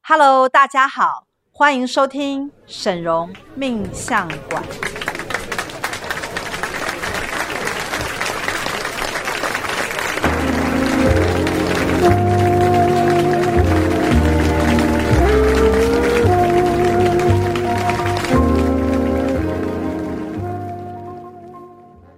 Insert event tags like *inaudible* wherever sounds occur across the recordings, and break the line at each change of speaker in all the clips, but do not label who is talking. Hello，大家好，欢迎收听沈荣命相馆。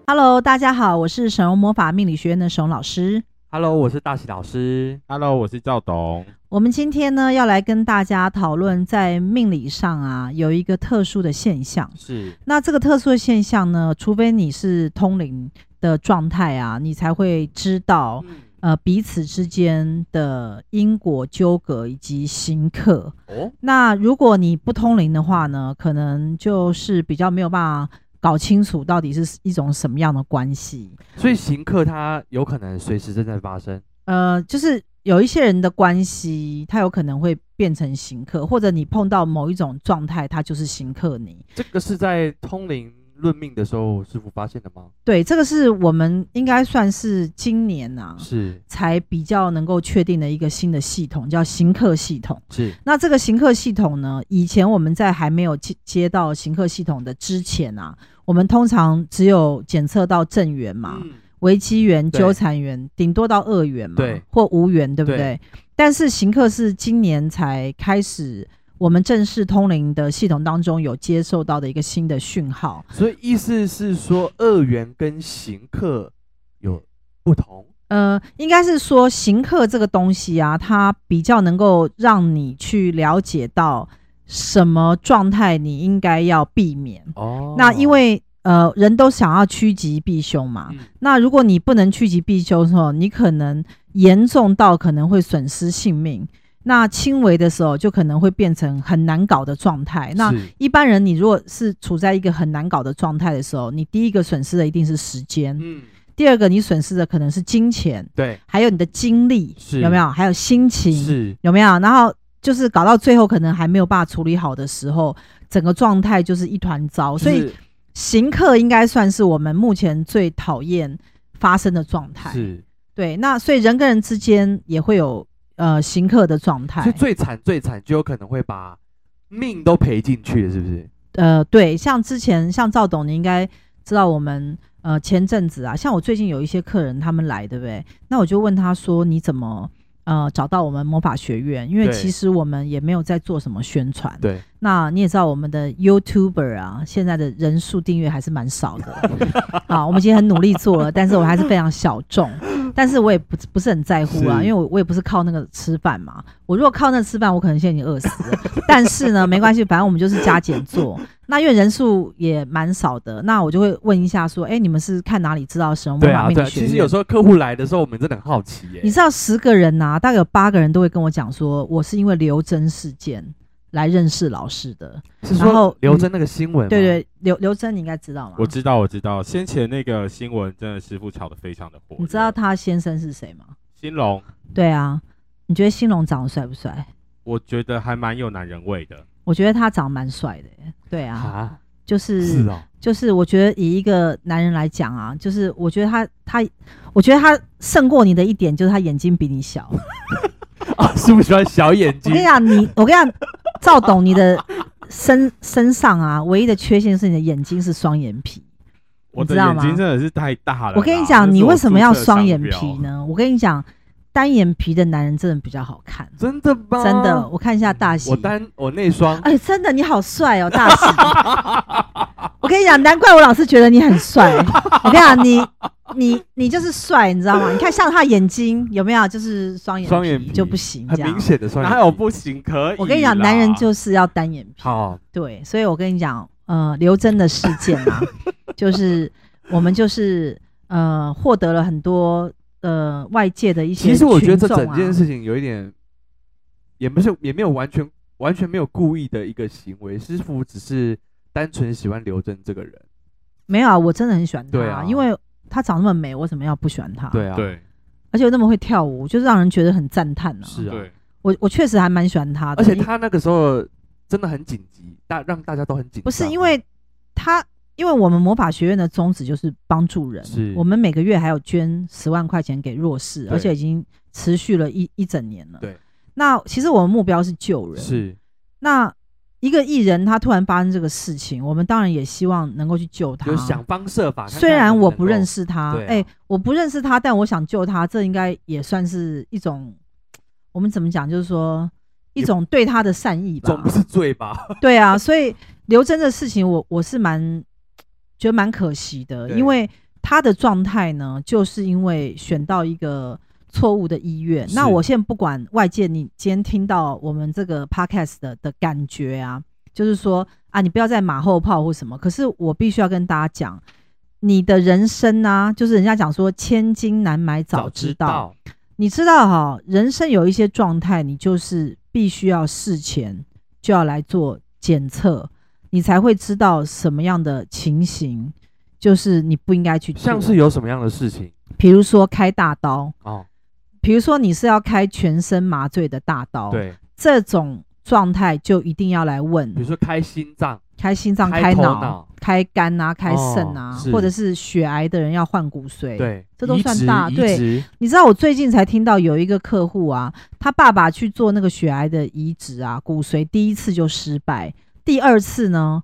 Hello，大家好，我是沈荣魔法命理学院的沈荣老师。
Hello，我是大喜老师。
Hello，我是赵董。
我们今天呢要来跟大家讨论，在命理上啊有一个特殊的现象。
是
那这个特殊的现象呢，除非你是通灵的状态啊，你才会知道呃彼此之间的因果纠葛以及行客。
哦，
那如果你不通灵的话呢，可能就是比较没有办法搞清楚到底是一种什么样的关系。
所以行客他有可能随时正在发生。
呃，就是有一些人的关系，他有可能会变成行客，或者你碰到某一种状态，他就是行客你。
这个是在通灵论命的时候师傅发现的吗？
对，这个是我们应该算是今年啊
是
才比较能够确定的一个新的系统，叫行客系统。
是
那这个行客系统呢，以前我们在还没有接接到行客系统的之前啊，我们通常只有检测到正缘嘛，
嗯，
为机缘、
对
纠缠缘，顶多到二缘嘛，
对
或无缘，对不对？
对
但是行客是今年才开始，我们正式通灵的系统当中有接受到的一个新的讯号。
所以意思是说二元跟行客有不同。
呃，应该是说行客这个东西啊，它比较能够让你去了解到什么状态你应该要避免。
哦
那因为呃，人都想要趋吉避凶嘛，
嗯
那如果你不能趋吉避凶的时候，你可能严重到可能会损失性命。那轻微的时候，就可能会变成很难搞的状态。那
是
一般人，你如果是处在一个很难搞的状态的时候，你第一个损失的一定是时间，
嗯，
第二个你损失的可能是金钱，
对，
还有你的精力，
是
有没有？还有心情，
是
有没有？然后就是搞到最后，可能还没有办法处理好的时候，整个状态就是一团糟。哦所以
是
行客应该算是我们目前最讨厌发生的状态。
是，
对，那所以人跟人之间也会有呃行客的状
所以
态。
最惨最惨就有可能会把命都赔进去了，是不是？
呃，对，像之前像赵董，你应该知道我们呃前阵子啊，像我最近有一些客人他们来，对不对？那我就问他说你怎么？呃，找到我们魔法学院，因为
对
其实我们也没有在做什么宣传。
对，
那你也知道我们的 YouTuber 啊，现在的人数订阅还是蛮少的。
*laughs*
啊，我们已经很努力做了，但是我还是非常小众。但是我也不不是很在乎啊，因
是
为我我也不是靠那个吃饭嘛。我如果靠那吃饭，我可能现在已经饿死
*laughs*
了。但是呢，没关系，反正我们就是加减做。那因为人数也蛮少的，那我就会问一下说，哎、你们是看哪里知道什么魔
对
法
啊，
命
对
理
啊。
学
其
院？
实有时候客户来的时候，我们真的很好奇耶
你。知道十个人呐、大概有八个人都会跟我讲说，我是因为刘真事件来认识老师的。
是
然后嗯
说刘真那个新闻？
对，对，刘刘真你应该知道嘛？
我知道，我知道，先前那个新闻真的师傅炒得非常的火热。
你知道他先生是谁吗？
兴隆，
对啊，你觉得兴隆长得帅不帅？
我觉得还蛮有男人味的。
我觉得他长得蛮帅的耶。对啊，
啊，
就是
是哦， *laughs*
就是，我觉得以一个男人来讲啊，就是我觉得他他，我觉得他胜过你的一点就是他眼睛比你小。
啊，是不是喜欢小眼
我 *laughs*
睛
跟你？讲，你我跟你讲，赵董，你的身身上啊，唯一的缺陷是你的眼睛是双眼皮。
我的
知道
眼
吗
睛真的是太大了啦。
我跟你讲，你为什么要双眼
这是
皮
我注册的商标？
呢？我跟你讲，单眼皮的男人真的比较好看，
真的吗？
真的。，我看一下大喜，
我单我那双
哎，真的你好帅哦，大
*laughs*
喜！我跟你讲，难怪我老是觉得你很帅。我跟你讲，你你你就是帅，你知道吗？你看像他眼睛有没有，就是双眼
双眼皮
就不行，
很
这样
明。显的双眼皮，
哪有不行？可以啦。
我跟你讲，男人就是要单眼皮。
好？
对，所以我跟你讲，呃，刘真的事件啊，就是我们就是呃获得了很多呃外界的一些、
其
群
实
众
我觉得这整
啊
件事情有一点，也不是也没有完全完全没有故意的一个行为，师傅只是单纯喜欢刘真这个人。
没有啊，我真的很喜欢他，
对啊
因为他长那么美，我为什么要不喜欢他？
对啊，
对
而且又那么会跳舞，就是让人觉得很赞叹啊。
是啊
对，
我我确实还蛮喜欢他的，
而且
因
他那个时候真的很紧急，大让大家都很紧张。
不是因为他，因为我们魔法学院的宗旨就是帮助人，
是
我们每个月还有捐十万块钱给弱势，
对
而且已经持续了一一整年了。
对，
那其实我们目标是救人，
是
那一个艺人他突然发生这个事情，我们当然也希望能够去救他
有。想方设法。看
虽
看
然
能
我
能
不
够
认，识他，
对啊
哎、我不认识他，但我想救他，这应该也算是一种，我们怎么讲，就是说一
也
种对他的善意吧
总。不是罪吧？
*laughs* 对啊，所以刘真的事情我，我是蛮觉得蛮可惜的，
对
因为他的状态呢，就是因为选到一个错误的医院。那
是
我现在不管外界，你今天听到我们这个 podcast 的的感觉啊，就是说啊，你不要再马后炮或什么。可是我必须要跟大家讲。你的人生啊，就是人家讲说“千金难买早知道”，
道，
你知道哈，人生有一些状态，你就是必须要事前就要来做检测，你才会知道什么样的情形，就是你不应该去做。
像是有什么样的事情
比如说开大刀，
哦？
比如说你是要开全身麻醉的大刀，
对，
这种状态就一定要来问
比如说开心脏、
开心脏、
开
开
头
脑、，开肝啊、开肾啊
哦，是
或者是血癌的人要换骨髓。
对，
这都
移
算
植
大
移
对
植
你知道我最近才听到有一个客户啊，他爸爸去做那个血癌的移植啊，骨髓第一次就失败，第二次呢，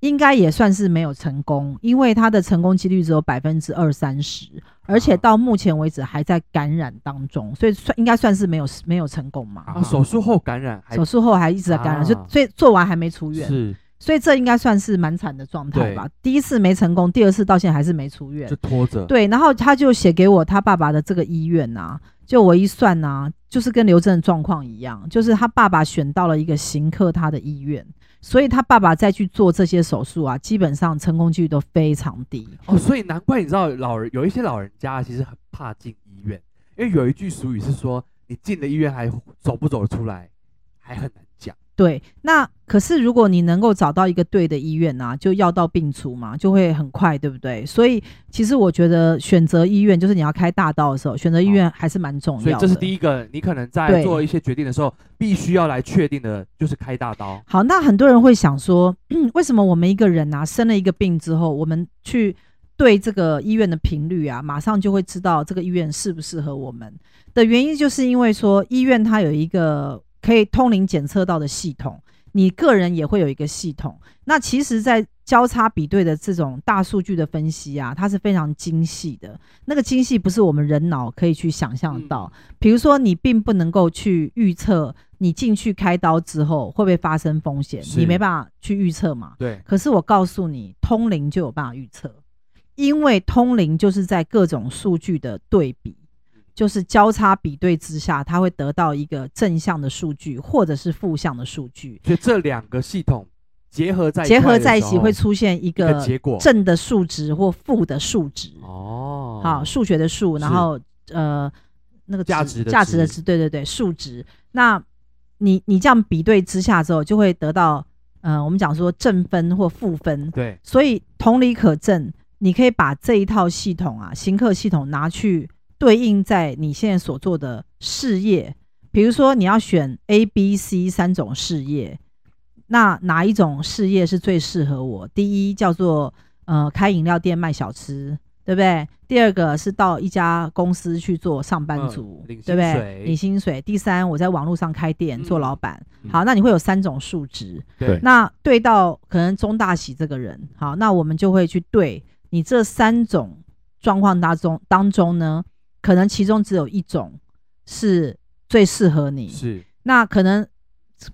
应该也算是没有成功，因为他的成功几率只有百分之二三十，而且到目前为止还在感染当中，所以算应该算是没有没有成功嘛。
啊，手术后感染还
手术后还一直在感染，
啊
所以所以做完还没出院，
是
所以这应该算是蛮惨的状态吧。第一次没成功，第二次到现在还是没出院
就，拖着，
对，然后他就写给我他爸爸的这个医院呐、就我一算呐、就是跟刘真的状况一样，就是他爸爸选到了一个行克他的医院，所以他爸爸再去做这些手术啊，基本上成功几率都非常低。
哦，所以难怪你知道老人有一些老人家其实很怕进医院，因为有一句俗语是说你进了医院还走不走得出来，还很难讲。
对，那可是如果你能够找到一个对的医院啊，就药到病除嘛，就会很快，对不对？所以其实我觉得选择医院，就是你要开大刀的时候，选择医院还是蛮重要的。
哦所以这是第一个，你可能在
对
做一些决定的时候，必须要来确定的就是开大刀。
好，那很多人会想说， *clears throat* 为什么我们一个人啊生了一个病之后，我们去对这个医院的频率啊，马上就会知道这个医院适不适合我们的原因，就是因为说医院它有一个可以通灵检测到的系统，你个人也会有一个系统。那其实，在交叉比对的这种大数据的分析啊，它是非常精细的。那个精细不是我们人脑可以去想象得到，比如说，你并不能够去预测你进去开刀之后会不会发生风险，
是
你没办法去预测嘛。
对，
可是我告诉你，通灵就有办法预测，因为通灵就是在各种数据的对比，就是交叉比对之下，它会得到一个正向的数据或者是负向的数据，
所以这两个系统结合在
结
块
合
的
在一
时
起
候
会出现一
一个
个
结果。
正的数值或负的数值。
哦，
好，数学的数，然
是
后呃，那个
价
值
值的
价值的
值
值，对对对，数值。那你你这样比对之下之后，就会得到呃，我们讲说正分或负分。
对，
所以同理可证，你可以把这一套系统啊，行客系统拿去对应在你现在所做的事业，比如说你要选 A、B、C 三种事业，那哪一种事业是最适合我？第一叫做呃开饮料店卖小吃，对不对？第二个是到一家公司去做上班
嗯
族，
领
对不对
薪水？
领薪水。第三，我在网络上开店做
嗯
老板。
嗯
好，那你会有三种数值。
对
那对到可能钟大喜这个人，好，那我们就会去对你这三种状况当中当中呢，可能其中只有一种是最适合你，
是
那可能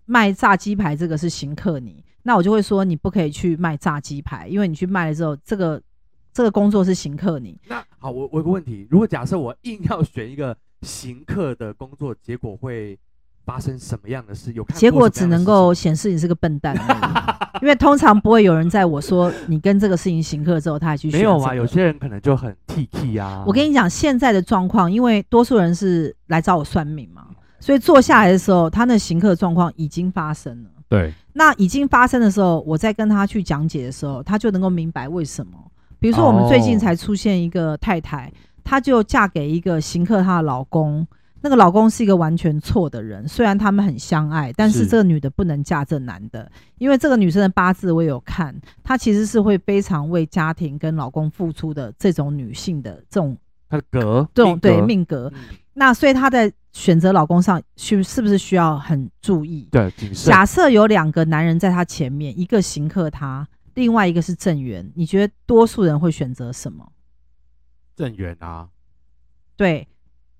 卖炸鸡排这个是行克你，那我就会说你不可以去卖炸鸡排，因为你去卖了之后，这个这个工作是行克你，
那好，我我有个问题，如果假设我硬要选一个行客的工作，结果会发生什么样的事？有看
结
过
果
什么
只
样的
能
事
够
情
显示你是个笨蛋而已因为通常不会有人在我说你跟这个事情行克之后，他还去选、
没有啊，有。些人可能就很 T K 啊。
我跟你讲，现在的状况，因为多数人是来找我算命嘛，所以坐下来的时候，他那行客状况已经发生了。
对，
那已经发生的时候，我在跟他去讲解的时候，他就能够明白为什么。比如说，我们最近
哦
才出现一个太太，她就嫁给一个行客她的老公，那个老公是一个完全错的人。虽然他们很相爱，但是
是
这个女的不能嫁这男的，因为这个女生的八字我也有看，她其实是会非常为家庭跟老公付出的这种女性的这种
他的格，
这种对
格
命格。
嗯
那所以她在选择老公上需是不是需要很注意？
对谨慎，
假设有两个男人在她前面，一个行克她，另外一个是正缘，你觉得多数人会选择什么？
正缘啊，
对，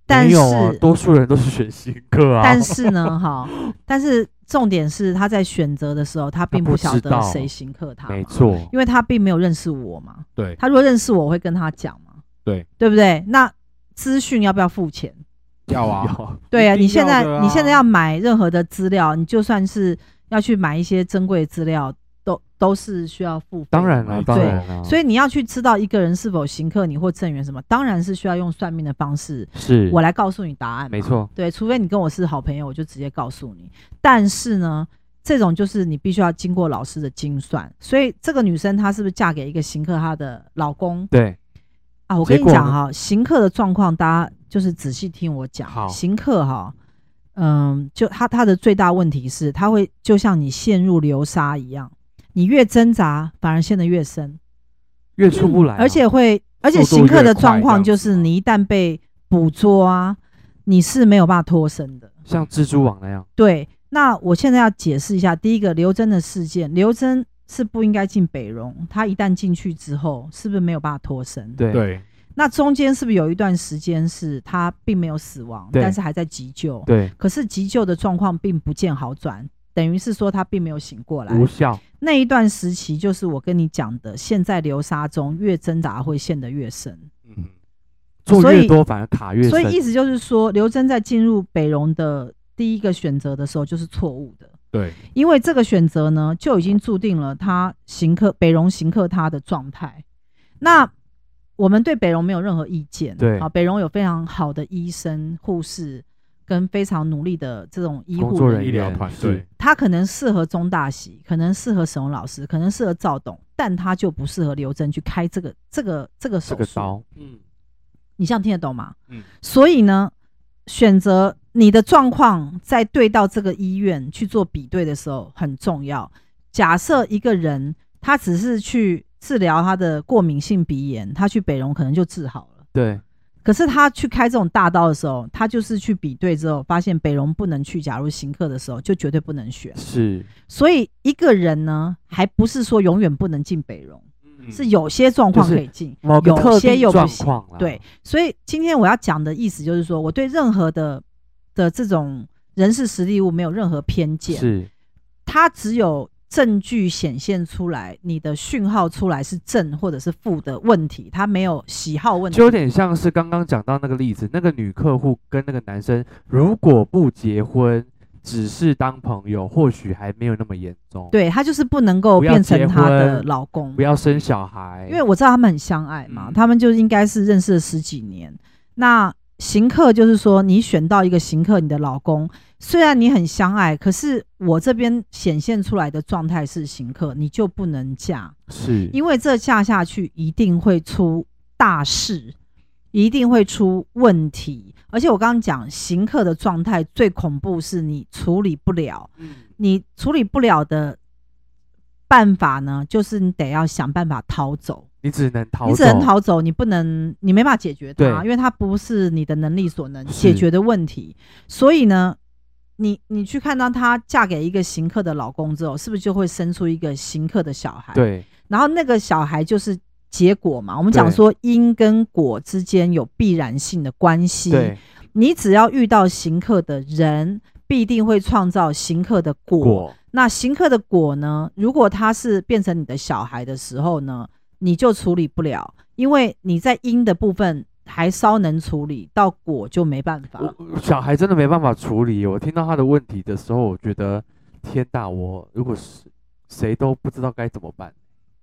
但
没
是、
有啊，多数人都是选新歌
*laughs*
啊，
但是呢，哈，但是重点是她在选择的时候，她并
她不
晓
知
得
道
谁行克她嘛，
没错，
因为她并没有认识我嘛。
对
她如果认识我，我会跟她讲嘛，
对
对不对？那资讯要不要付钱？
要啊，
啊，
对啊，
一定
你现在、
要的啊
你现在要买任何的资料，你就算是要去买一些珍贵的资料，都都是需要付费的
当然啊了，
没
当
错
然了，
所
以
以你要去知道一个人是否行克你或正缘什么，当然是需要用算命的方式，
是
我来告诉你答案。
没，错，
对，除非你跟我是好朋友，我就直接告诉你。但是呢，这种就是你必须要经过老师的精算。所以这个女生她是不是嫁给一个行克她的老公
对，
啊？我跟
结
你
果呢
讲哈，行克的状况，大家就是仔细听我讲。
好
行克哈，嗯，就他他的最大问题是，他会就像你陷入流沙一样，你越挣扎，反而陷得越深。嗯
越出不来啊，
而且会，而且
速度
行客
越
的
快
状
这
况
样
就
子
是
啊
吗
你一旦被捕捉啊，你是没有办法脱身的。
像蜘蛛网那样，
对，那我现在要解释一下，第一个刘真的事件，刘真是不应该进北荣，他一旦进去之后，是不是没有办法脱身？，
对
对
那中间是不是有一段时间是他并没有死亡，
对
但是还在急救，
对，
可是急救的状况并不见好转，等于是说他并没有醒过来。
无效，
那一段时期就是我跟你讲的，陷在流沙中，越挣扎会陷得越深。
嗯哼，
做
所
越
以
多反而卡越深，
所以意思就是说，刘真在进入北荣的第一个选择的时候就是错误的，
对，
因为这个选择呢就已经注定了他行客北荣行客他的状态。那我们对北荣没有任何意见，
对
啊，北荣有非常好的医生、护士跟非常努力的这种医
工
护
作
人
人
员
医疗团队
是
他可能适合钟大喜，可能适合沈荣老师，可能适合赵董，但他就不适合刘真去开这个这个这个手
这
术。
个刀，
嗯，
你这样听得懂吗？
嗯
所以呢，选择你的状况在对到这个医院去做比对的时候很重要。假设一个人他只是去治疗他的过敏性鼻炎，他去北荣可能就治好了。
对，
可是他去开这种大刀的时候，他就是去比对之后，发现北荣不能去，假如行客的时候就绝对不能选。
是
所以一个人呢，还不是说永远不能进北荣，
嗯
是有些状况
就是
可以进，
某个
有
特
些
定
又不
状
行。
况啦，
对，所以今天我要讲的意思就是说，我对任何的的这种人事实力物没有任何偏见，
是
它只有证据显现出来，你的讯号出来是正或者是负的问题，它没有喜好问题
就。有点像是刚刚讲到那个例子，那个女客户跟那个男生如果不结婚，只是当朋友，或许还没有那么严重。，
对，它就是不能够
不要
变成
结
她的
婚
老公
不，要生小孩，
因为我知道他们很相爱嘛，
嗯
他们就应该是认识了十几年。那行客就是说，你选到一个行客，你的老公虽然你很相爱，可是我这边显现出来的状态是行客，你就不能嫁，
是
因为这嫁下去一定会出大事，一定会出问题。而且我刚刚讲，行客的状态最恐怖是你处理不了，你处理不了的办法呢，就是你得要想办法逃走。
你只能逃走，
你只能逃走，你不能，你没办法解决它，
对
因为它不是你的能力所能
是
解决的问题。所以呢，你你去看到她嫁给一个行客的老公之后，是不是就会生出一个行客的小孩？，
对，
然后那个小孩就是结果嘛。我们讲
对
说因跟果之间有必然性的关系，
对，
你只要遇到行客的人，必定会创造行客的
果
那行客的果呢？如果他是变成你的小孩的时候呢，你就处理不了，因为你在因的部分还稍能处理，到果就没办法。
我我小孩真的没办法处理。我听到他的问题的时候，我觉得天大，我如果是谁都不知道该怎么办。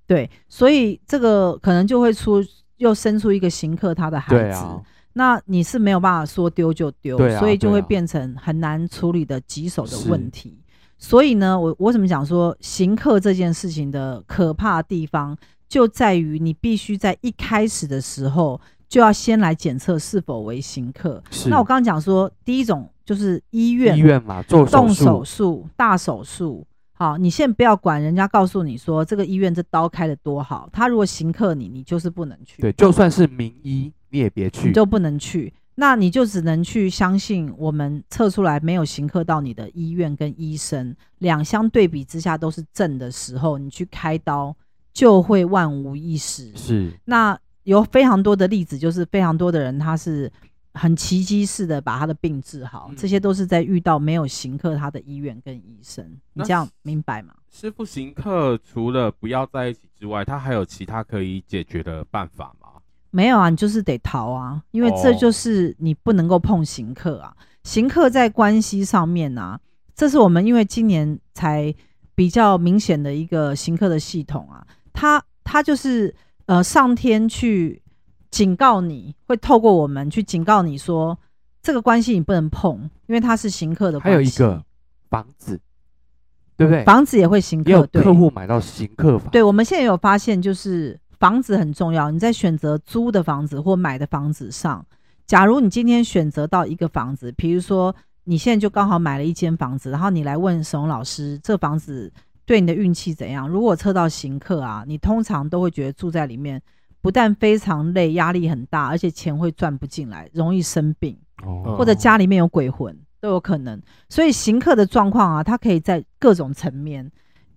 对，所以这个可能就会出又生出一个行客他的孩
对
子，
啊，
那你是没有办法说丢就丢，
对啊
所以就
对
会
啊
变成很难处理的棘手的
是
问题。所以呢，我我为什么讲说行客这件事情的可怕地方，就在于你必须在一开始的时候就要先来检测是否为行客。
是
那我刚刚讲说，第一种就是医院
医院嘛，做手
动
术
手术、大手术。好，你先不要管人家告诉你说这个医院这刀开的多好，他如果行客你，你就是不能去。
对，就算是名医，你也别去
你。就不能去。那你就只能去相信我们测出来没有行客到你的医院跟医生两相对比之下都是正的时候，你去开刀就会万无一失。
是，
那有非常多的例子，就是非常多的人他是很奇迹式的把他的病治好，
嗯
这些都是在遇到没有行客他的医院跟医生，你
那
这样明白吗？
师傅行客除了不要在一起之外，他还有其他可以解决的办法吗？
没有啊，你就是得逃啊，因为这
哦
就是你不能够碰行客啊。行客在关系上面啊，这是我们因为今年才比较明显的一个行客的系统啊，他他就是呃上天去警告你，会透过我们去警告你说这个关系你不能碰，因为它是行客的
还
关系。
有一个房子，对不对？
房子也会行
也有
客，对
客户买到行客房，
对，我们现在有发现，就是房子很重要。你在选择租的房子或买的房子上，假如你今天选择到一个房子，比如说你现在就刚好买了一间房子，然后你来问沈老师，这房子对你的运气怎样？如果测到行客啊，你通常都会觉得住在里面不但非常累，压力很大，而且钱会赚不进来，容易生病。
哦
或者家里面有鬼魂都有可能。所以行客的状况啊，它可以在各种层面。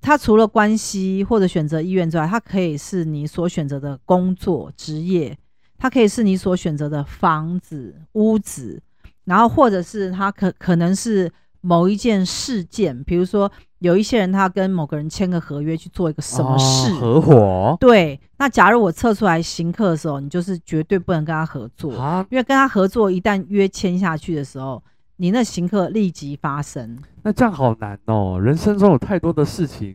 它除了关系或者选择医院之外，它可以是你所选择的工作职业，它可以是你所选择的房子、屋子，然后或者是它可可能是某一件事件，比如说有一些人他跟某个人签个合约去做一个什么
哦
事，
合伙
对。那假如我测出来行客的时候，你就是绝对不能跟他合作，
啊？
因为跟他合作，一旦约签下去的时候，你那行客立即发生。
那这样好难哦，人生中有太多的事情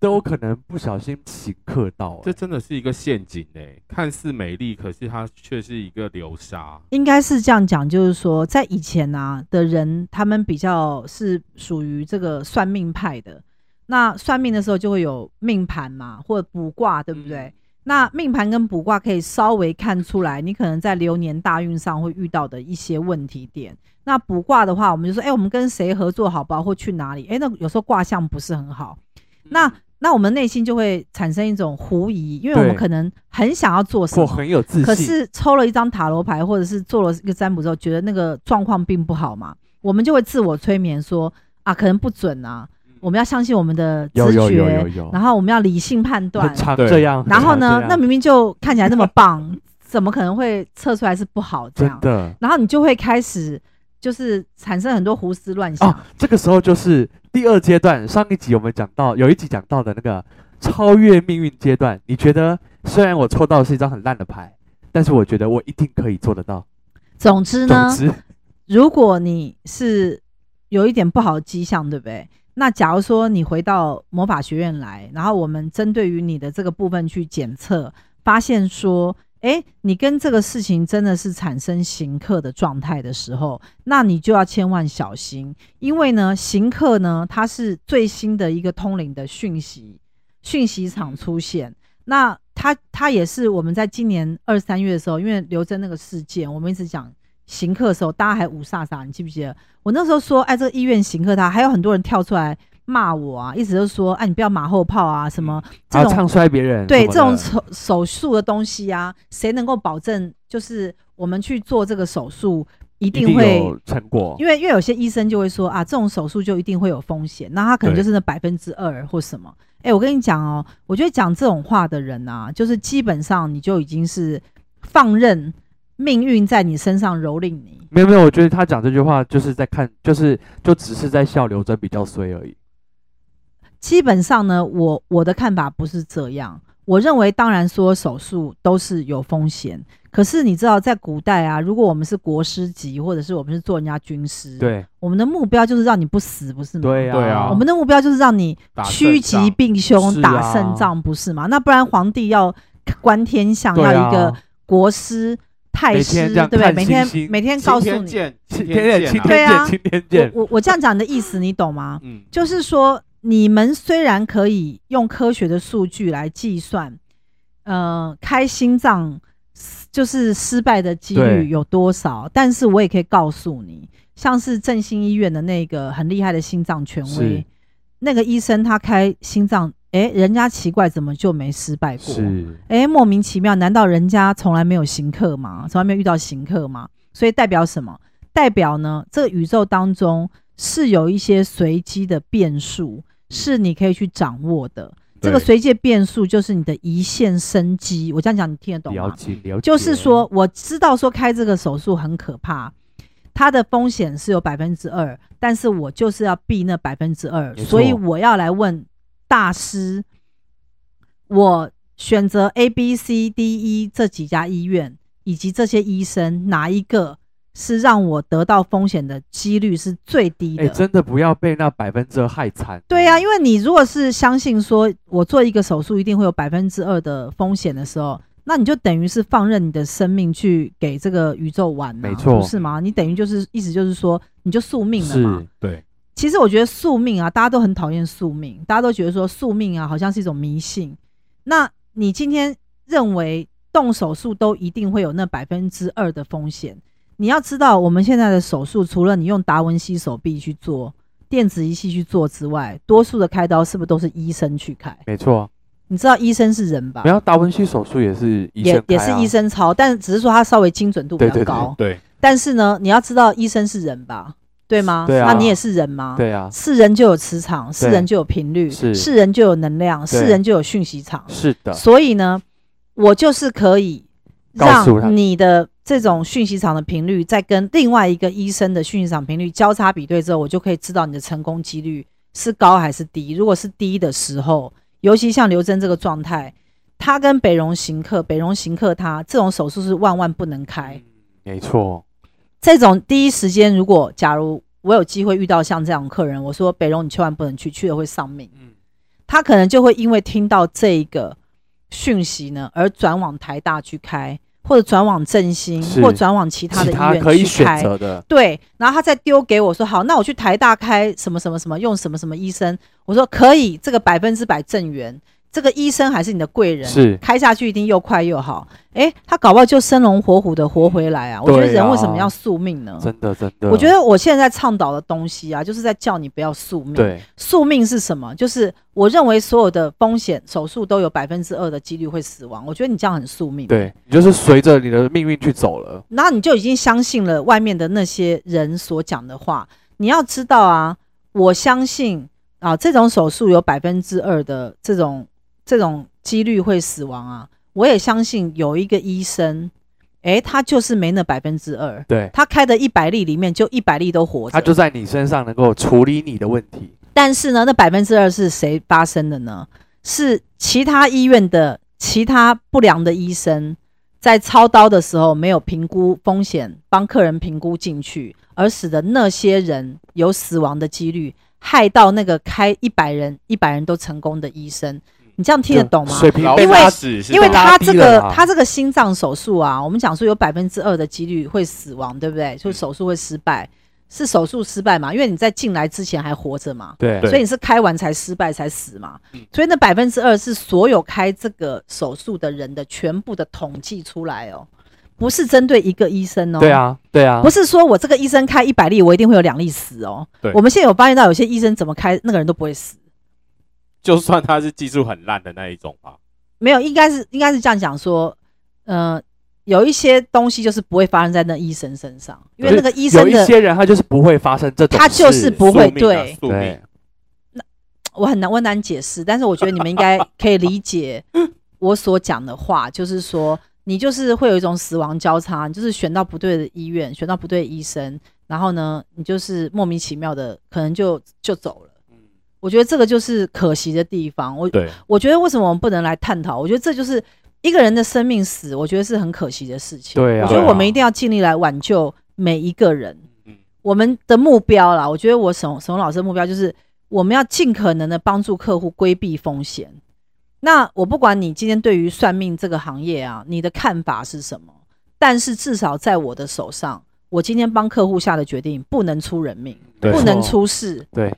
都有可能不小心行客到、
这
哎
真的是一个陷阱哎、看似美丽，可是它却是一个流沙。
应该是这样讲，就是说，在以前啊的人，他们比较是属于这个算命派的。那算命的时候就会有命盘嘛，或者卜卦，对不对？
嗯
那命盘跟卜卦可以稍微看出来，你可能在流年大运上会遇到的一些问题点。那卜卦的话，我们就说，哎、我们跟谁合作好不好，或去哪里？哎、那有时候卦象不是很好，那那我们内心就会产生一种狐疑，因为我们
对
可能很想要做什
或
么，
很有自信，
可是抽了一张塔罗牌，或者是做了一个占卜之后，觉得那个状况并不好嘛，我们就会自我催眠说啊，可能不准啊，
嗯
我们要相信我们的直觉，
有有有有有， *laughs*
然后我们要理性判断
很，常
对
这样，很
然后
常啊
呢
这，样
那明明就看起来那么棒， *laughs* 怎么可能会测出来是不好这
真
样？
的
然后你就会开始就是产生很多胡思乱想。
哦，这个时候就是第二阶段。上一集我们讲到有一集讲到的那个超越命运阶段，你觉得虽然我抽到的是一张很烂的牌，但是我觉得我一定可以做得到。
总之呢
总，之，
如果你是有一点不好的迹象，对不对？那假如说你回到魔法学院来，然后我们针对于你的这个部分去检测，发现说，诶，你跟这个事情真的是产生行客的状态的时候，那你就要千万小心，因为呢，行客呢，它是最新的一个通灵的讯息，讯息场出现。那它它也是我们在今年二三月的时候，因为刘真那个事件，我们一直讲行客的时候，大家还五煞煞，你记不记得？我那时候说，哎，这个医院行客他，还有很多人跳出来骂我啊，一直就说，哎，你不要马后炮啊，什么这
还要
种
唱衰别人，
对
什么
这种
的
手手术的东西啊，谁能够保证就是我们去做这个手术一
一
定会？
有成果，
因为因为有些医生就会说啊，这种手术就一定会有风险，那他可能
对
就是那百分之二或什么。哎、我跟你讲哦，我觉得讲这种话的人啊，就是基本上你就已经是放任命运在你身上蹂躏你。
没有没有，我觉得他讲这句话就是在看，就是就只是在笑刘真比较衰而已。
基本上呢，我我的看法不是这样。我认为，当然说手术都是有风险，可是你知道，在古代啊，如果我们是国师级，或者是我们是做人家军师，，
对
我们的目标就是让你不死，不是吗？
对啊，
对啊
嗯我们的目标就是让你
打
趋吉避
是
凶，
啊
打胜仗，不是吗？那不然皇帝要观天象，
对
要
啊
一个国师、太
每
师
天，这样
对不对？
看
每天
星星
每天告
告
诉
诉你，
你，
晴
晴天见，
见
晴
啊，
对
天
啊
见，晴天见
我，我我这样讲你的意思，你懂吗？
嗯，
就是说，你们虽然可以用科学的数据来计算，呃，开心脏就是失败的几率
对
有多少，但是我也可以告诉你，像是振兴医院的那个很厉害的心脏权
是
威，那个医生他开心脏，哎、哎，人家奇怪怎么就没失败过？
是
哎，莫名其妙，难道人家从来没有行客吗？从来没有遇到行客吗？所以代表什么？代表呢，这个宇宙当中是有一些随机的变数，是你可以去掌握的。这个
对
随机的变数就是你的一线生机。我这样讲，你听得懂
了
吗？
解了解，
啊就是说，我知道说开这个手术很可怕，它的风险是有百分之二，但是我就是要避那百分之二，
没错
所以我要来问大师，我选择 A、B、C、D、E 这几家医院以及这些医生，哪一个是让我得到风险的几率是最低
哎、
的？
真的不要被那百分之二害惨。
对呀、
为
因为你如果是相信说我做一个手术一定会有百分之二的风险的时候，那你就等于是放任你的生命去给这个宇宙玩、啊，
没错
不是吗？你等于就是意思就是说你就宿命了嘛
是。
对，
其实我觉得宿命啊，大家都很讨厌宿命，啊大家都觉得说宿命啊好像是一种迷信。那你今天认为动手术都一定会有那百分之二的风险？你要知道，我们现在的手术除了你用达文西手臂去做、电子仪器去做之外，多数的开刀是不是都是医生去开？
没错，
你知道医生是人吧
没？有达文西手术也是医生、
啊
啊
也也是医，生操，但只是说他稍微精准度比较高。
对对对
对，
但是呢，你要知道医生是人吧，对吗？
对啊
那你也是人吗？
对啊，
是人就有磁场，是人就有频率，
是
是人就有能量，
对
是人就有讯息场。
是啊的，
所以呢，我就是可以
告诉他
让你的这种讯息场的频率，再跟另外一个医生的讯息场频率交叉比对之后，我就可以知道你的成功几率是高还是低。如果是低的时候，尤其像刘真这个状态，他跟北荣行客，北荣行客他这种手术是万万不能开。
嗯
没错，
这种第一时间，如果假如我有机会遇到像这样的客人，我说北荣你千万不能去，去了会丧命。
嗯，
他可能就会因为听到这一个讯息呢，而转往台大去开，或者转往振兴，
是
或转往其他的
其
医
他
院
可以
去
选
开。
择的，
对，然后他再丢给我说：“好，那我去台大开什么什么什么，用什么什么医生。”我说：“可以，这个百分之百正缘，这个医生还是你的贵人，
是
开下去一定又快又好。”诶，他搞不好就生龙活虎的活回来啊！我觉得
对
人为
啊
什么要宿命呢？
真的真的，
我觉得我现在在倡导的东西啊，就是在叫你不要宿命。
对，
宿命是什么？就是我认为所有的风险手术都有百分之二的几率会死亡。我觉得你这样很宿命。，
对你就是随着你的命运去走了，
然后你就已经相信了外面的那些人所讲的话。你要知道啊，我相信啊，这种手术有百分之二的这种这种几率会死亡啊。我也相信有一个医生，诶，他就是没那百分之二，
对，
他开的一百例里面就一百例都活着。
他就在你身上能够处理你的问题，
但是呢，那百分之二是谁发生的呢？是其他医院的其他不良的医生在操刀的时候没有评估风险，帮客人评估进去，而使得那些人有死亡的几率，害到那个开一百人一百人都成功的医生。你这样听得
就
懂吗？
水平
老
被
因为
拉
法使是
因为
吧
他
拉低
这
了
个
啦
他这个心脏手术啊，我们讲说有百分之二的几率会死亡，对不对？就
嗯
手术会失败，是手术失败嘛？因为你在进来之前还活着嘛。
对
对
所以你是开完才失败才死嘛
嗯？
所以那百分之二是所有开这个手术的人的全部的统计出来哦，不是针对一个医生哦。
对，啊对啊
不，是说我这个医生开一百例，我一定会有两例死哦
对。
我们现在有发现到有些医生怎么开那个人都不会死，
就算他是技术很烂的那一种吧，
没有，应该是应该是这样讲说，呃，有一些东西就是不会发生在那医生身上，因为那个医
有
生
一
的
些人他就是不会发生这种事，
他就是不会
宿命啊
对
宿命
对，
我很难我很难解释，但是我觉得你们应该可以理解我所讲的话，就是说你就是会有一种死亡交叉，你就是选到不对的医院，选到不对的医生，然后呢，你就是莫名其妙的可能就就走了。我觉得这个就是可惜的地方。我
对，
我觉得为什么我们不能来探讨？我觉得这就是一个人的生命死，我觉得是很可惜的事情。
对啊
我觉得
对啊
我们一定要尽力来挽救每一个人。
嗯
我们的目标啦，我觉得我沈沈老师的目标就是我们要尽可能的帮助客户规避风险。那我不管你今天对于算命这个行业啊，你的看法是什么，但是至少在我的手上，我今天帮客户下的决定不能出人命，
对
不
没
能
错
出事。
对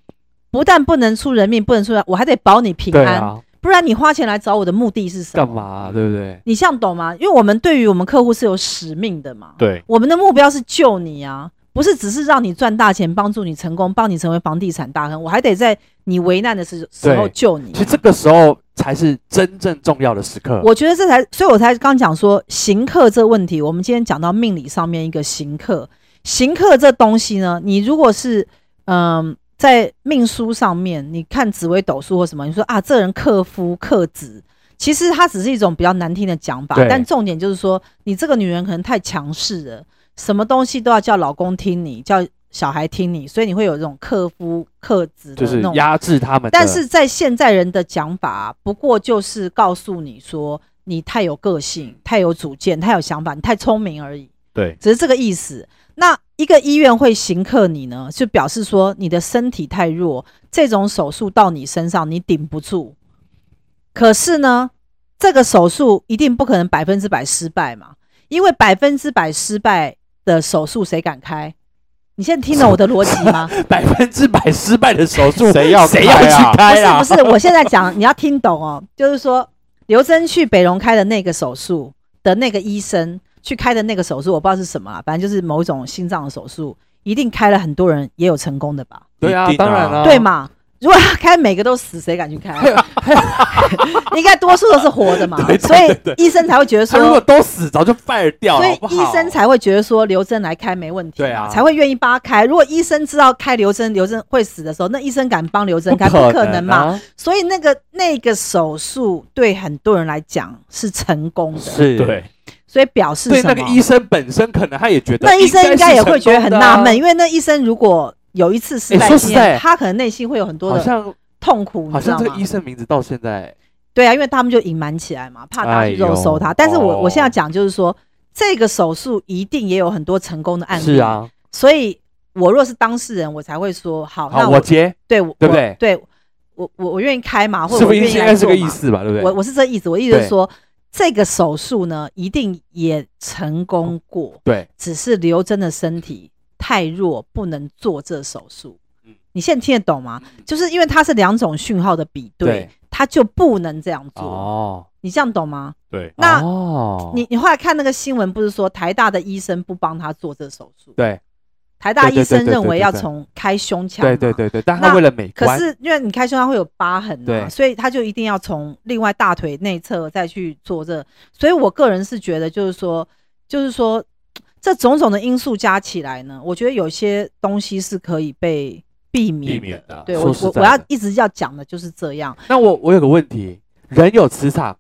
不但不能出人命，不能出人，我还得保你平
对
安。
啊，
不然你花钱来找我的目的是什么？
干嘛啊对不对？
你这样懂吗？因为我们对于我们客户是有使命的嘛，
对，
我们的目标是救你啊，不是只是让你赚大钱，帮助你成功，帮你成为房地产大亨，我还得在你危难的时时候
对
救你啊
其。实这个时候才是真正重要的时刻。
我觉得这才，所以我才刚讲说行客这问题。我们今天讲到命理上面一个行客，行客这东西呢，你如果是嗯、在命书上面，你看紫微斗数或什么，你说啊，这人克夫克子，其实它只是一种比较难听的讲法
对，
但重点就是说，你这个女人可能太强势了，什么东西都要叫老公听你，叫小孩听你，所以你会有这种克夫克子的
就是
那种
压制他们的，
但是在现在人的讲法啊、不过就是告诉你说，你太有个性，太有主见，太有想法，你太聪明而已，
对，
只是这个意思。那一个医院会行克你呢，就表示说你的身体太弱，这种手术到你身上你顶不住。可是呢，这个手术一定不可能百分之百失败嘛，因为百分之百失败的手术谁敢开？你现在听懂我的逻辑吗？
百分之百失败的手术，
谁要
谁要
开啊
去开啊？
不是不是，我现在讲你 *laughs* 要听懂哦，就是说刘真去北荣开的那个手术的那个医生去开的那个手术，我不知道是什么啊，反正就是某一种心脏的手术，一定开了很多人也有成功的吧？
对啊
一，定啊
当然了、
对？嘛？如果他开每个都死，谁敢去开？啊
*laughs*
应该多数都是活的嘛，
对对
所以
对
医生才会觉得
他如果
说，
都死，早就 fire 掉
所以
了，好不好？
医生才会觉得说刘真来开没问题嘛，
对啊
才会愿意帮他开。如果医生知道开刘真，刘真会死的时候，那医生敢帮刘真开？不可能嘛，
啊，
所以那个那个手术对很多人来讲是成功的，
是，
对，
所以表示
对
什么？
那个医生本身可能他也觉得，
那医生应该也
啊
会觉得很纳闷，
为
因为那医生如果有一次失败
诶说实
经验，
在
他可能内心会有很多
好
的
像
痛苦，
好
你知
像
道
这个
吗
医？生名字到现在
对啊，因为他们就隐瞒起来嘛，怕大家去肉搜他。
哎呦
但是我、
哦
我现在讲就是说，这个手术一定也有很多成功的案例，
是，啊，
所以我若是当事人，我才会说好，
好，
那
我接，
对我
对不
我
对
对我我我愿意开嘛，啊或
是
者
不
我
是
愿意
应
来
该是
做
这个
嘛
意思吧？对不对？
我我是这意思，我意思就
对
是说，这个手术呢，一定也成
哦
功过，
对，
只是刘真的身体太弱，不能做这手术
嗯。
你现在听得懂吗？就是因为它是两种讯号的比对
嗯对，
它就不能这样做。
哦，
你这样懂吗？
对，
那
哦
你你后来看那个新闻，不是说台大的医生不帮他做这手术？
对
台大医生
对对对对
认为
对
要
对
从开胸腔嘛，
对对对对，但他
那
为了美
可
观，
是因为你开胸腔会有疤痕啊，
对
所以他就一定要从另外大腿内侧再去做这。所以我个人是觉得，就是说，就是说，这种种的因素加起来呢，我觉得有些东西是可以被避免的。
避免的
对
说
我
实
我
在
我要
的
一直要讲的就是这样。
那我我有个问题，人有磁场，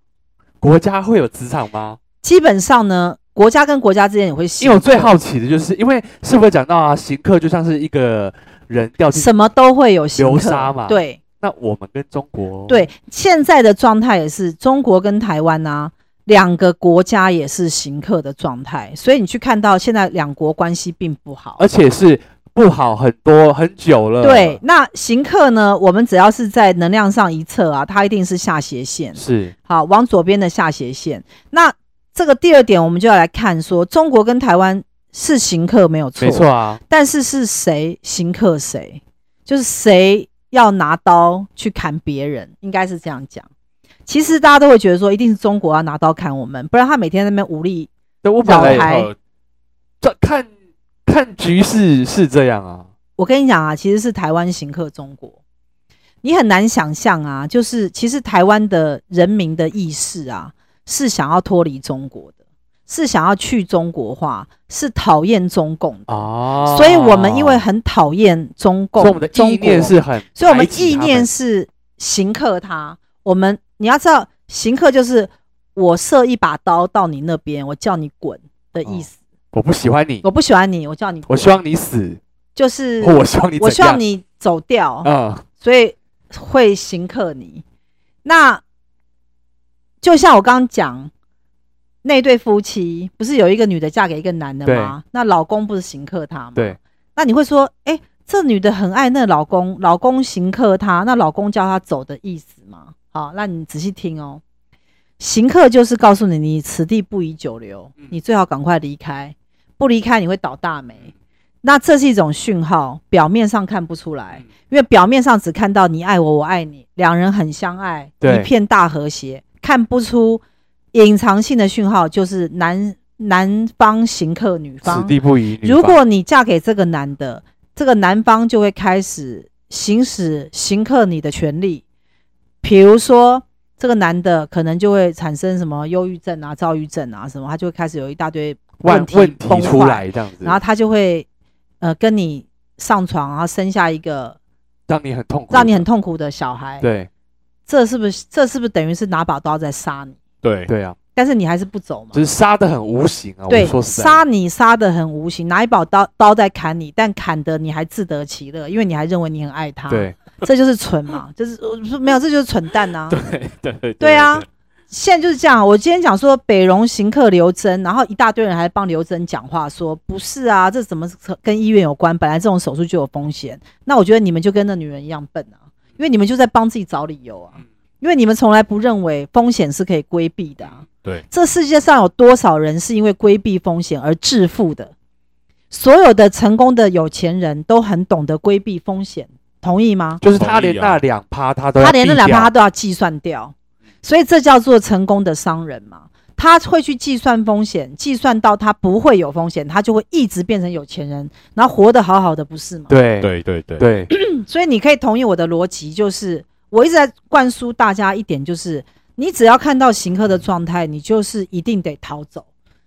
国家会有磁场吗？
基本上呢，国家跟国家之间也会
因为我
形
最
成
好奇的就是，因为是不是讲到啊，行客就像是一个人掉进，
什么都会有形
流
刻
沙嘛
对，
那我们跟中国
对，现在的状态也是中国跟台湾啊，两个国家也是行客的状态，所以你去看到现在两国关系并不好。
而且是不好很多很久了。
对，，那行客呢？我们只要是在能量上一侧啊，它一定是下斜线，
是
好，往左边的下斜线。那这个第二点，我们就要来看说，中国跟台湾是行客没有错，
没错啊，
但是是谁行客谁，就是谁要拿刀去砍别人，应该是这样讲。其实大家都会觉得说，一定是中国要拿刀砍我们，不然他每天在那边武力。
对我本
老
来
牌
呃
这看看局势是这样啊，
我跟你讲啊，其实是台湾行客中国，你很难想象啊，就是其实台湾的人民的意识啊，是想要脱离中国的，是想要去中国化，是讨厌中共的。
哦，
所以我们因为很讨厌中共，
所以我们的
中
意念
国
是很排
所以我们
挤
意
他
念是行克他。我们你要知道，行克就是我射一把刀到你那边，我叫你滚的意思。
我不喜欢你，
我不喜欢你，我叫你滚，
我希望你死，
就是
或我希哦望你
我
怎
希望
样？
你走掉，
嗯，
所以会行克你。那就像我刚刚讲。那对夫妻不是有一个女的嫁给一个男的吗？那老公不是行克她吗？
对，
那你会说，哎、这女的很爱那老公，老公行客她，那老公叫她走的意思吗？好，那你仔细听哦。行客就是告诉你，你此地不宜久留
嗯，
你最好赶快离开，不离开你会倒大霉。那这是一种讯号，表面上看不出来，
嗯
因为表面上只看到你爱我，我爱你，两人很相爱，
对
一片大和谐，看不出隐藏性的讯号，就是男男方行克女
此
方。
地不宜女
如
方
果你嫁给这个男的，这个男方就会开始行使行克你的权利，比如说这个男的可能就会产生什么忧郁症啊、躁郁症啊什么，他就会开始有一大堆
万
问题
问
崩
题出
坏
来这样子，
然后他就会呃跟你上床，然后生下一个
让你很痛苦，
让你很痛苦的小孩。，
对
这是不是这是不是等于是拿把刀在杀你？
对，
对啊，
但是你还是不走嘛
只？是杀的很无形啊。
对
我说，实在
杀你杀的很无形，拿一把刀刀在砍你，但砍的你还自得其乐，因为你还认为你很爱他。，
对
*laughs*
这就是蠢嘛，就是我说没有，这就是蠢蛋呐、啊。
*laughs* 对对对
对啊，现在就是这样啊。我今天讲说北荣行客刘真，然后一大堆人还帮刘真讲话说，不是啊，这怎么可跟医院有关？本来这种手术就有风险。那我觉得你们就跟那女人一样笨啊，因为你们就在帮自己找理由啊
嗯，
因为你们从来不认为风险是可以规避的、啊。
对，
这世界上有多少人是因为规避风险而致富的？所有的成功的有钱人都很懂得规避风险，同意吗？
就是
同
他连
意啊
那两趴他都要
他连那
避
两趴
掉
他都要计算掉，所以这叫做成功的商人嘛。他会去计算风险，计算到他不会有风险，他就会一直变成有钱人，然后活得好好的，不是吗？
对
对对对
对
所以你可以同意我的逻辑，就是我一直在灌输大家一点，就是你只要看到行客的状态，你就是一定得逃走，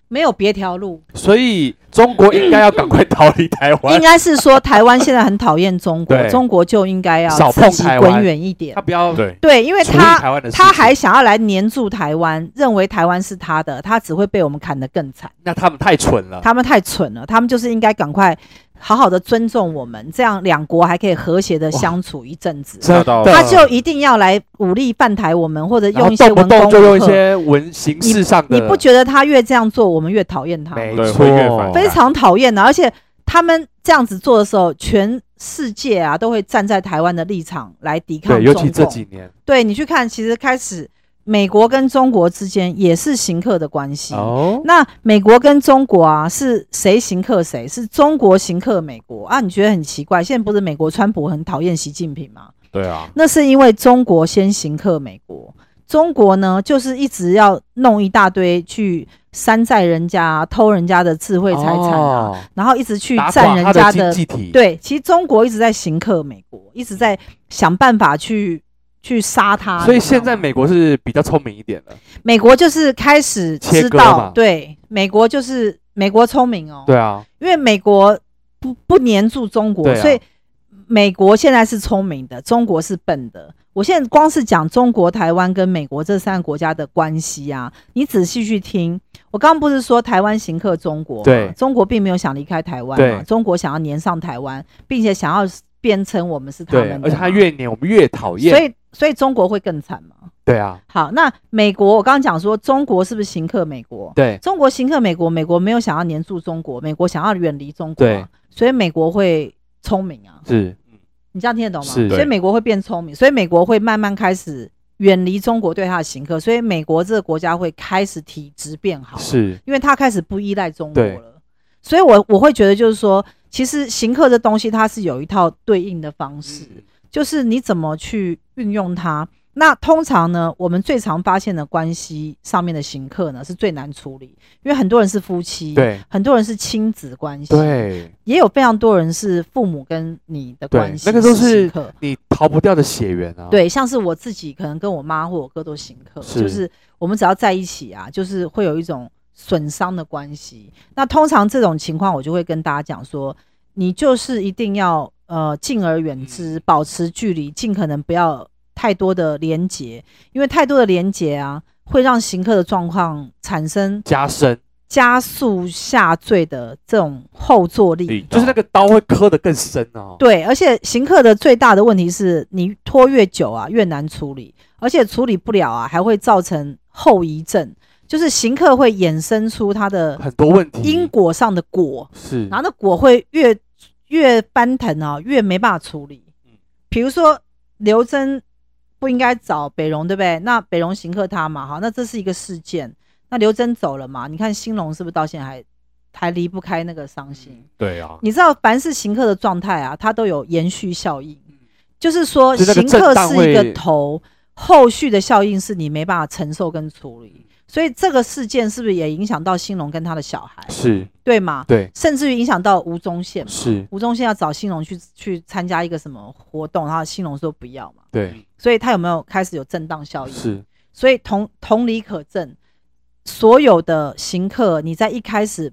没有别条路。
所以中国应该要赶快逃离台
应
湾，
该是说台湾现在很讨厌中国，
*laughs* 对
中国就应该要
少
自
碰
己
台湾
滚远一点
他。不要
对
对，因为
处理
他
台湾的事情
他还想要来黏住台湾，认为台湾是他的，他只会被我们砍得更惨。
那他们太蠢了，
他们太蠢了，他们就是应该赶快好好的尊重我们，这样两国还可以和谐的相处一阵子。
真
吓到
的
他就一定要来武力犯台我们，或者
啊然后
用一些
动不
文攻
动就用
武
一
吓。
些文形式上的，
你不觉得他越这样做，我们越讨厌他吗？
没
对
错
会越反
非常讨厌的。而且他们这样子做的时候，全世界啊都会站在台湾的立场来抵抗
对，尤
中
其
共。
这几年
对你去看，其实开始美国跟中国之间也是行客的关系。
哦，
那美国跟中国啊，是谁行客谁？是中国行客美国啊？你觉得很奇怪？现在不是美国川普很讨厌习近平吗？
对啊，
那是因为中国先行克美国，中国呢就是一直要弄一大堆去山寨人家、啊、偷人家的智慧财产啊，
哦
然后一直去
打
占
垮
人
他
家
经
的。
济体，
对，其实中国一直在行克美国，一直在想办法去去杀他。
所以
你知道
现
吗
在美国是比较聪明一点了，
美国就是开始
切
知
割嘛
道，对，美国就是美国聪明哦，
对啊，
因为美国不不黏住中国，
对啊
所以美国现在是聪明的，中国是笨的。我现在光是讲中国、台湾跟美国这三个国家的关系啊，你仔细去听。我刚刚不是说台湾行克中国嘛？
对
中国并没有想离开台湾嘛
对，
中国想要黏上台湾，并且想要辩称我们是他们
对
的，嘛，
而且他越黏我们越讨
所
厌，
以所以中国会更惨嘛？
对啊，
好，那美国我刚刚讲说，中国是不是行克美国？
对
中国行克美国，美国没有想要黏住中国，美国想要远离中国啊、
对
所以美国会聪明啊，
是，
你这样听得懂吗？
是
所以
对
美国会变聪明，所以美国会慢慢开始远离中国对它的行克，所以美国这个国家会开始体质变好，
是
因为它开始不依赖中国
对
了。所以我我会觉得就是说，其实行克这东西它是有一套对应的方式，
嗯
就是你怎么去运用它。那通常呢，我们最常发现的关系上面的行客呢是最难处理，因为很多人是夫妻，，
对
很多人是亲子关系，，
对，
也有非常多人是父母跟你的
对
关系，
那个
是
都是
行客。
你逃不掉的血缘啊，
对，像是我自己，可能跟我妈或我哥都行客，
是
就是我们只要在一起啊，就是会有一种损伤的关系。那通常这种情况，我就会跟大家讲说，你就是一定要呃敬而远之，保持距离，尽可能不要太多的连结，因为太多的连结啊，会让行客的状况产生
加深，
加速下坠的这种后坐力。
力道
就是那个刀会刻得更深哦。
对，而且行客的最大的问题是你拖越久啊，越难处理，而且处理不了啊，还会造成后遗症，就是行客会衍生出它的
很多嗯问题
因果上的果，
是
然后那果会越越翻腾啊，越没办法处理
嗯。
比如说刘真不应该找北荣，对不对？那北荣行客他嘛，好，那这是一个事件。那刘真走了嘛？你看兴隆是不是到现在还还离不开那个伤心？
对啊，
你知道，凡是行客的状态啊，它都有延续效应，就是说，
嗯就那个
行客
震荡
是一个
会
头，后续的效应是你没办法承受跟处理，所以这个事件是不是也影响到兴隆跟他的小孩，
是，
对吗？
对，
甚至于影响到吴宗宪嘛？
是，
吴宗宪要找兴隆去去参加一个什么活动，然后兴隆说不要嘛，
对，
所以他有没有开始有震荡效应？
是，
所以同同理可证，所有的行客，你在一开始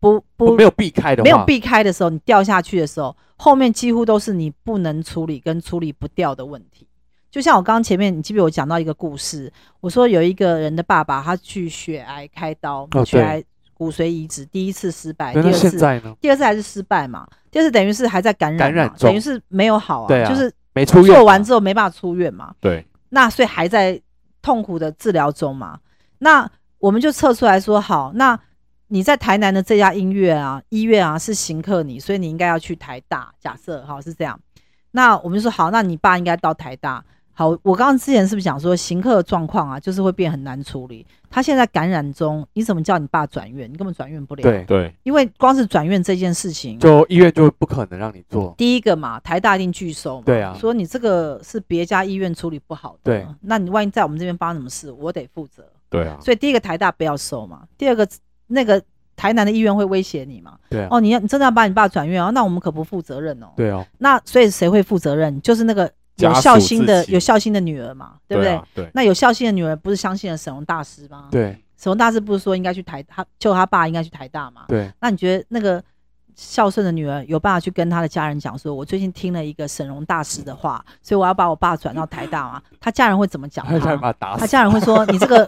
不不
没有避开的话，
没有避开的时候，你掉下去的时候，后面几乎都是你不能处理跟处理不掉的问题。就像我刚刚前面，你记不记得我讲到一个故事？我说有一个人的爸爸，他去血癌开刀，
哦对
血癌骨髓移植，第一次失败，第
对。那
二
现
次
在呢？
第二次还是失败嘛，第二次等于是还在感染嘛，
感染中
等于是没有好
对啊
就是
没出院，
做完之后没办法出院嘛。
对，
那所以还在痛苦的治疗中嘛。那我们就测出来说，好，那你在台南的这家音乐啊、医院啊是行客你，所以你应该要去台大。假设好是这样，那我们就说好，那你爸应该到台大。好，我刚刚之前是不是讲说行客的状况啊，就是会变很难处理？他现在感染中，你怎么叫你爸转院？你根本转院不了，
对，
对，
因为光是转院这件事情，
就医院就不可能让你做，
第一个嘛，台大一定拒收嘛，
对啊
说你这个是别家医院处理不好的，
对，
那你万一在我们这边发生什么事，我得负责。
对啊，
所以第一个台大不要收嘛，第二个那个台南的医院会威胁你嘛，
对啊，
哦，你要你真的要把你爸转院哦，那我们可不负责任哦。
对哦，
那所以谁会负责任？就是那个有
家属
孝心的
自己
有孝心的女儿嘛，对不对？
啊？对，
那有孝心的女儿不是相信了沈荣大师吗？，
对
沈荣大师不是说应该去台他救他爸应该去台大吗？
对
那你觉得那个孝顺的女儿有办法去跟她的家人讲说，我最近听了一个沈荣大师的话，所以我要把我爸转到台大嘛？她家人会怎么讲
他想
她？
把他打
她
死，
家人会说：“你这
*laughs*
个，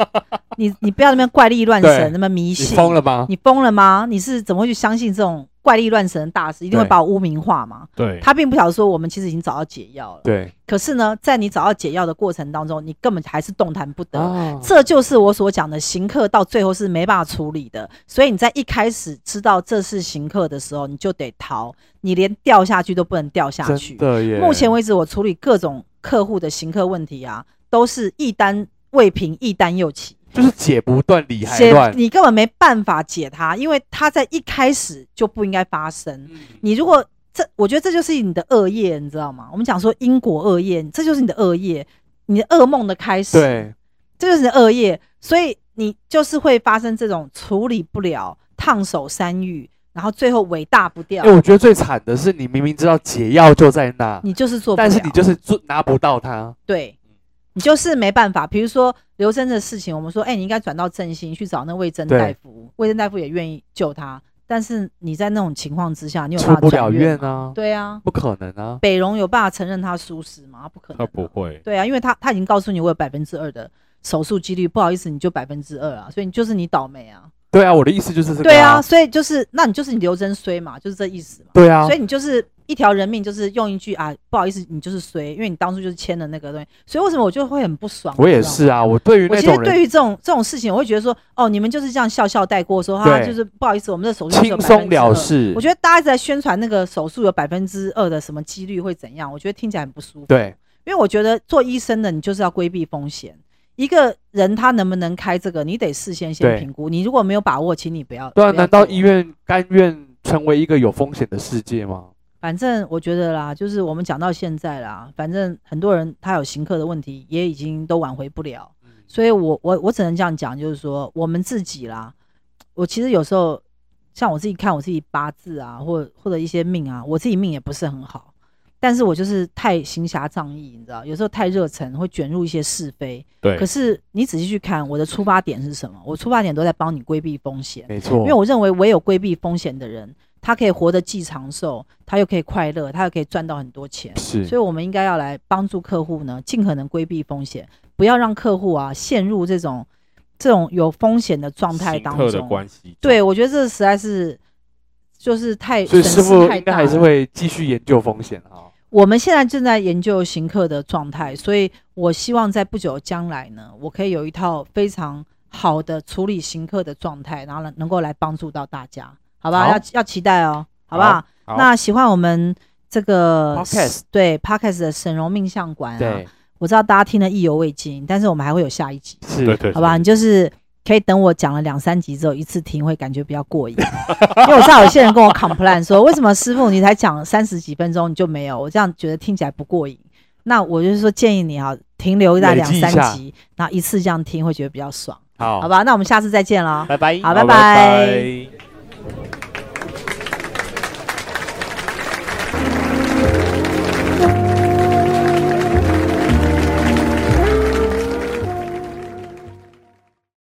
你你不要那边怪力乱
对
神，那么迷
你
信，
疯了吗？
你疯了吗？你是怎么会去相信这种怪力乱神的大师？一定会
对
把我污名化嘛？
对，
她并不晓得说我们其实已经找到解药了，
对
可是呢，在你找到解药的过程当中，你根本还是动弹不得。
啊，
这就是我所讲的行客到最后是没办法处理的，所以你在一开始知道这是行客的时候，你就得逃，你连掉下去都不能掉下去
真。的耶，
目前为止，我处理各种客户的行客问题啊，都是一单未平，一单又起，
就是解不断理还
解
乱，
你根本没办法解它，因为它在一开始就不应该发生。
嗯
你如果这，我觉得这就是你的恶业，你知道吗？我们讲说因果恶业，这就是你的恶业，你的噩梦的开始。
对
这就是恶业，所以你就是会发生这种处理不了、烫手山芋，然后最后伟大不掉，
哎、我觉得最惨的是，你明明知道解药就在那，
你就是做不了，
但是你就是做拿不到它。
对，你就是没办法。比如说刘真的事情，我们说，哎、你应该转到振兴去找那魏征
对
大夫，魏征大夫也愿意救他，但是你在那种情况之下，你有
出
办
不
法
了
转
院
吗？
啊，
对啊，
不可能啊，
北荣有办法承认他疏失吗？他不可能、
他不。会，
对啊，因为他他已经告诉你，我有百分之二的手术几率，不好意思，你就百分之二啊，所以你就是你倒霉啊。
对啊，我的意思就是这个、
对啊，，所以就是，那你就是你刘真衰嘛，就是这意思嘛。
对啊，
所以你就是一条人命，就是用一句啊，不好意思，你就是衰，因为你当初就是签了那个东西。所以为什么我就会很不爽？
我也
你知道吗。
是啊，我对于
我
那
其实
种
对
人
于这种这种事情，我会觉得说，哦，你们就是这样笑笑带过，说哈，
对
就是不好意思，我们这手术只有
轻松了
2%。
事，
我觉得大家一直在宣传那个手术有百分之二的什么几率会怎样，我觉得听起来很不舒服。
对
因为我觉得做医生的，你就是要规避风险。一个人他能不能开这个，你得事先先
对
评估。你如果没有把握，请你不要。
对
不要
啊，难道
做
医院甘愿成为一个有风险的世界吗？
反正我觉得啦，就是我们讲到现在啦，反正很多人他有行客的问题，也已经都挽回不了。所以我我我只能这样讲，就是说我们自己啦，我其实有时候像我自己看我自己八字啊，或或者一些命啊，我自己命也不是很好，但是我就是太行侠仗义，你知道，有时候太热忱会卷入一些是非。
对
可，是你仔细去看，我的出发点是什么？我出发点都在帮你规避风险。
没错，
因为我认为唯有规避风险的人，他可以活得既长寿，他又可以快乐，他又可以赚到很多钱。
是
所以，我们应该要来帮助客户呢，尽可能规避风险，不要让客户啊陷入这种这种有风险的状态
行
当
客的
中。
关系，
对，，我觉得这实在是就是太
所以
损失
师傅
太
应该
大
还是
了。
会继续研究风险啊。
我们现在正在研究行客的状态，所以我希望在不久的将来呢，我可以有一套非常好的处理行客的状态，然后呢能够来帮助到大家，好吧？
好
要要期待哦，好不
好
好？
好
那喜欢我们这个
Podcast
对 podcast 的沈荣命相馆啊
对，，
我知道大家听得意犹未尽，但是我们还会有下一集，
是，
对对，
好吧？你就是。可以等我讲了两三集之后一次听，会感觉比较过瘾，因为我知道有些人跟我 complain 说，为什么师傅你才讲三十几分钟你就没有？我这样觉得听起来不过瘾。那我就是说建议你啊，停留在
累
两
积一
三
下
集，然后一次这样听会觉得比较爽。
好
好吧？那我们下次再见了。
拜拜，
好
好
拜拜
拜